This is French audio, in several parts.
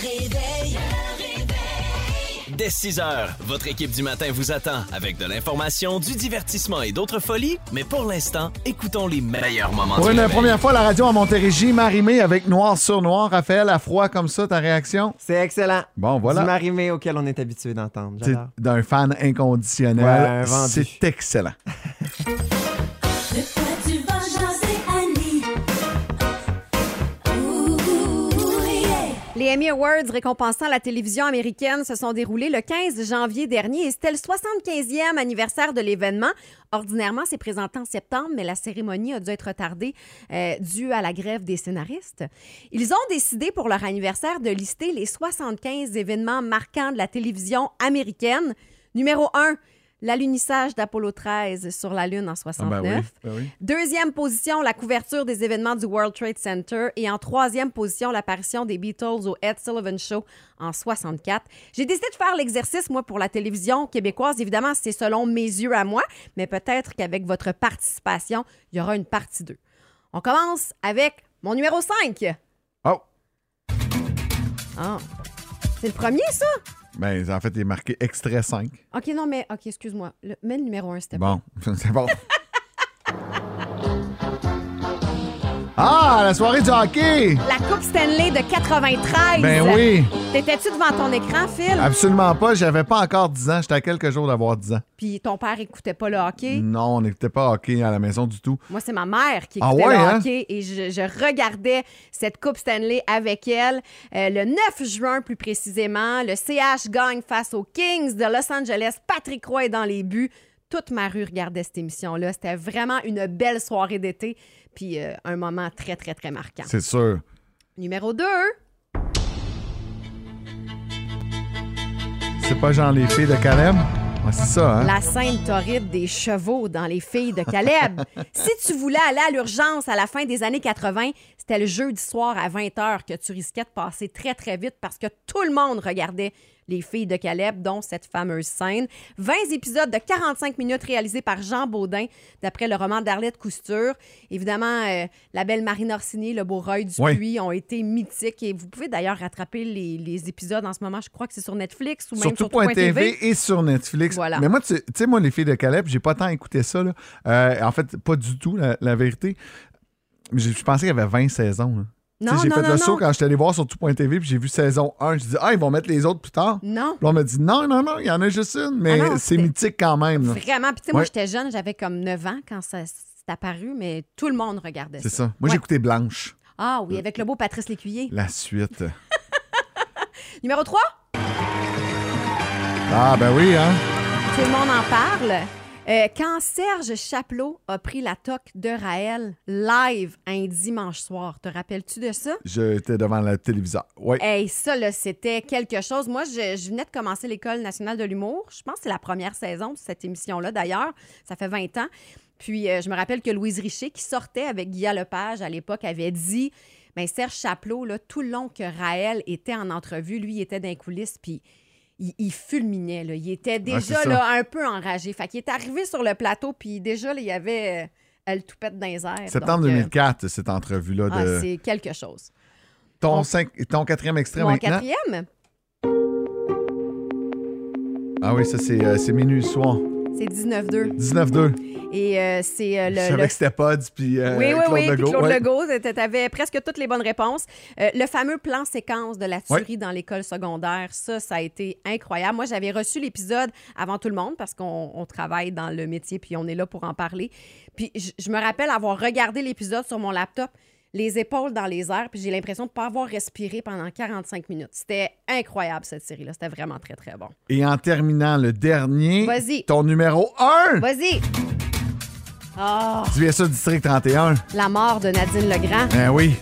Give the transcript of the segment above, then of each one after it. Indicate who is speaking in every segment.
Speaker 1: réveil.
Speaker 2: Dès 6 heures, votre équipe du matin vous attend avec de l'information, du divertissement et d'autres folies. Mais pour l'instant, écoutons les meilleurs moments
Speaker 3: Pour
Speaker 2: du
Speaker 3: une
Speaker 2: réveil.
Speaker 3: première fois à la radio en Montérégie, Marimé avec noir sur noir. Raphaël, à froid comme ça, ta réaction?
Speaker 4: C'est excellent.
Speaker 3: Bon, voilà.
Speaker 4: Du marimé auquel on est habitué d'entendre.
Speaker 3: C'est
Speaker 4: J'adore.
Speaker 3: d'un fan
Speaker 4: Ouais,
Speaker 3: inconditionnel.
Speaker 4: un vendu.
Speaker 3: c'est excellent.
Speaker 1: De quoi tu vas jaser, Annie? Ouh, yeah.
Speaker 5: Les Emmy Awards récompensant la télévision américaine se sont déroulés le 15 janvier dernier et c'était le 75e anniversaire de l'événement. Ordinairement, c'est présenté en septembre, mais la cérémonie a dû être retardée euh, due à la grève des scénaristes. Ils ont décidé pour leur anniversaire de lister les 75 événements marquants de la télévision américaine. Numéro 1, l'alunissage d'Apollo 13 sur la Lune en 69.
Speaker 3: Ben
Speaker 5: Deuxième position, la couverture des événements du World Trade Center. Et en troisième position, l'apparition des Beatles au Ed Sullivan Show en 64. J'ai décidé de faire l'exercice, moi, pour la télévision québécoise. Évidemment, c'est selon mes yeux à moi, mais peut-être qu'avec votre participation, il y aura une partie 2. On commence avec mon numéro 5.
Speaker 3: Oh,
Speaker 5: Ah. C'est le premier, ça?
Speaker 3: ben en fait, il est marqué extrait 5.
Speaker 5: OK, non, mais... OK, excuse-moi. Le- Mets le numéro 1, c'était bon.
Speaker 3: Bon, c'est bon. Ah, la soirée du hockey!
Speaker 5: La Coupe Stanley de 93.
Speaker 3: Ben oui, Ah.
Speaker 5: T'étais-tu devant ton écran, Phil?
Speaker 3: absolument pas. J'avais pas encore 10 ans. J'étais à quelques jours d'avoir 10 ans.
Speaker 5: Puis ton père écoutait pas le hockey?
Speaker 3: Non, on n'écoutait pas hockey à la maison du tout.
Speaker 5: Moi, c'est ma mère qui
Speaker 3: Ah
Speaker 5: écoutait
Speaker 3: ouais,
Speaker 5: le
Speaker 3: hein?
Speaker 5: hockey et je, je regardais cette Coupe Stanley avec elle. Euh, le 9 juin, plus précisément, le CH gagne face aux Kings de Los Angeles. Patrick Roy est dans les buts. Toute ma rue regardait cette émission-là. C'était vraiment une belle soirée d'été puis euh, un moment très, très, très marquant.
Speaker 3: C'est sûr.
Speaker 5: Numéro 2.
Speaker 3: C'est pas Jean les filles de Calem? Ouais, c'est ça, hein?
Speaker 5: La scène torride des chevaux dans les filles de Caleb. si tu voulais aller à l'urgence à la fin des années 80, c'était le jeudi soir à 20h que tu risquais de passer très, très vite parce que tout le monde regardait les filles de Caleb, dont cette fameuse scène. 20 épisodes de 45 minutes réalisés par Jean Baudin, d'après le roman d'Arlette Cousture. Évidemment, euh, la belle Marine Orsini, le beau Roy Dupuis ont été mythiques. Et vous pouvez d'ailleurs rattraper les, les épisodes en ce moment. Je crois que c'est sur Netflix ou même
Speaker 3: Surtout
Speaker 5: sur
Speaker 3: point
Speaker 5: tout.tv.
Speaker 3: TV et sur Netflix.
Speaker 5: Voilà.
Speaker 3: Mais moi, tu tu sais, moi, les filles de Caleb, j'ai pas tant écouté ça. là. Euh, en fait, pas du tout, la, la vérité. Je je pensais qu'il y avait 20 saisons. là. Tu
Speaker 5: Non,
Speaker 3: sais, j'ai
Speaker 5: non,
Speaker 3: fait
Speaker 5: non,
Speaker 3: le
Speaker 5: non.
Speaker 3: saut quand j'étais allé voir sur tout.tv puis j'ai vu saison 1. J'ai dit, ah, ils vont mettre les autres plus tard.
Speaker 5: Non.
Speaker 3: Puis on m'a dit, non, non, non, il y en a juste une, mais
Speaker 5: Ah non,
Speaker 3: c'est
Speaker 5: c'était-
Speaker 3: mythique quand même. là.
Speaker 5: Vraiment. Puis, tu sais, moi,
Speaker 3: Ouais.
Speaker 5: j'étais jeune, j'avais comme 9 ans quand ça s'est apparu, mais tout le monde regardait
Speaker 3: C'est
Speaker 5: ça.
Speaker 3: ça. Moi, j'ai
Speaker 5: Ouais.
Speaker 3: écouté Blanche,
Speaker 5: Ah oui, avec le beau Patrice Lécuyer.
Speaker 3: la suite.
Speaker 5: Numéro 3,
Speaker 3: ah, ben oui, hein?
Speaker 5: tout le monde en parle. Euh, quand Serge Chaplot a pris la toque de Raël live un dimanche soir, te rappelles-tu de ça?
Speaker 3: J'étais devant le téléviseur. Oui.
Speaker 5: Hey, ça, là, c'était quelque chose. Moi, je, je venais de commencer l'École nationale de l'humour. Je pense que c'est la première saison de cette émission-là, d'ailleurs. Ça fait 20 ans. Puis, euh, je me rappelle que Louise Richer, qui sortait avec Guy Lepage à l'époque, avait dit ben Serge Chaplot, là, tout le long que Raël était en entrevue, lui, il était dans les coulisses, puis il, il fulminait. Là. Il était
Speaker 3: c'est
Speaker 5: déjà
Speaker 3: ça.
Speaker 5: là, un peu enragé. Fait qu'il est arrivé sur le plateau, puis déjà, là, il y avait euh, le toupette dans les airs.
Speaker 3: Septembre
Speaker 5: Donc, euh,
Speaker 3: 2004, cette entrevue-là
Speaker 5: ah,
Speaker 3: de.
Speaker 5: c'est quelque chose.
Speaker 3: ton,
Speaker 5: on-
Speaker 3: cinq- ton quatrième extrait
Speaker 5: Mon
Speaker 3: maintenant.
Speaker 5: quatrième,
Speaker 3: Ah oui, ça, c'est euh, c'est minuit soir.
Speaker 5: c'est 19-2.
Speaker 3: 19-2.
Speaker 5: Et euh, c'est euh,
Speaker 3: Je
Speaker 5: le.
Speaker 3: savais
Speaker 5: le-
Speaker 3: que c'était Pods, puis euh,
Speaker 5: Oui, oui,
Speaker 3: Claude
Speaker 5: oui. puis
Speaker 3: Legault.
Speaker 5: Claude
Speaker 3: ouais.
Speaker 5: Legault, tu avais presque toutes les bonnes réponses. Euh, le fameux plan séquence de la tuerie dans l'école secondaire, ça, ça a été incroyable. Moi, j'avais reçu l'épisode avant tout le monde parce qu'on on travaille dans le métier puis on est là pour en parler. Puis je je me rappelle avoir regardé l'épisode sur mon laptop, les épaules dans les airs, puis j'ai l'impression de ne pas avoir respiré pendant 45 minutes. C'était incroyable, cette série-là. C'était vraiment très, très bon.
Speaker 3: Et en terminant, le dernier,
Speaker 5: Vas-y.
Speaker 3: ton numéro 1,
Speaker 5: Vas-y! Ah,
Speaker 3: tu viens ça du District 31.
Speaker 5: la mort de Nadine Legrand.
Speaker 3: Ben oui.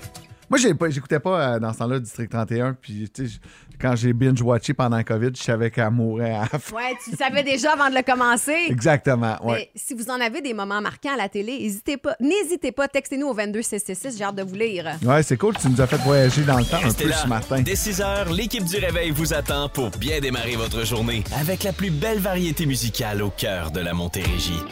Speaker 3: Moi, j'ai pas- j'écoutais pas euh, dans ce temps-là District 31, puis tu sais, j- quand j'ai binge-watché pendant la COVID, je savais qu'elle mourait à la fin.
Speaker 5: Ouais, tu le savais déjà avant de le commencer.
Speaker 3: Exactement, ouais.
Speaker 5: Mais si vous en avez des moments marquants à la télé, n'hésitez pas, n'hésitez pas, textez-nous au 22666, j'ai hâte de vous lire.
Speaker 3: Ouais, c'est cool, tu nous as fait voyager dans le temps un
Speaker 2: Restez
Speaker 3: peu
Speaker 2: là.
Speaker 3: ce matin.
Speaker 2: Dès 6 heures, l'équipe du réveil vous attend pour bien démarrer votre journée avec la plus belle variété musicale au cœur de la Montérégie.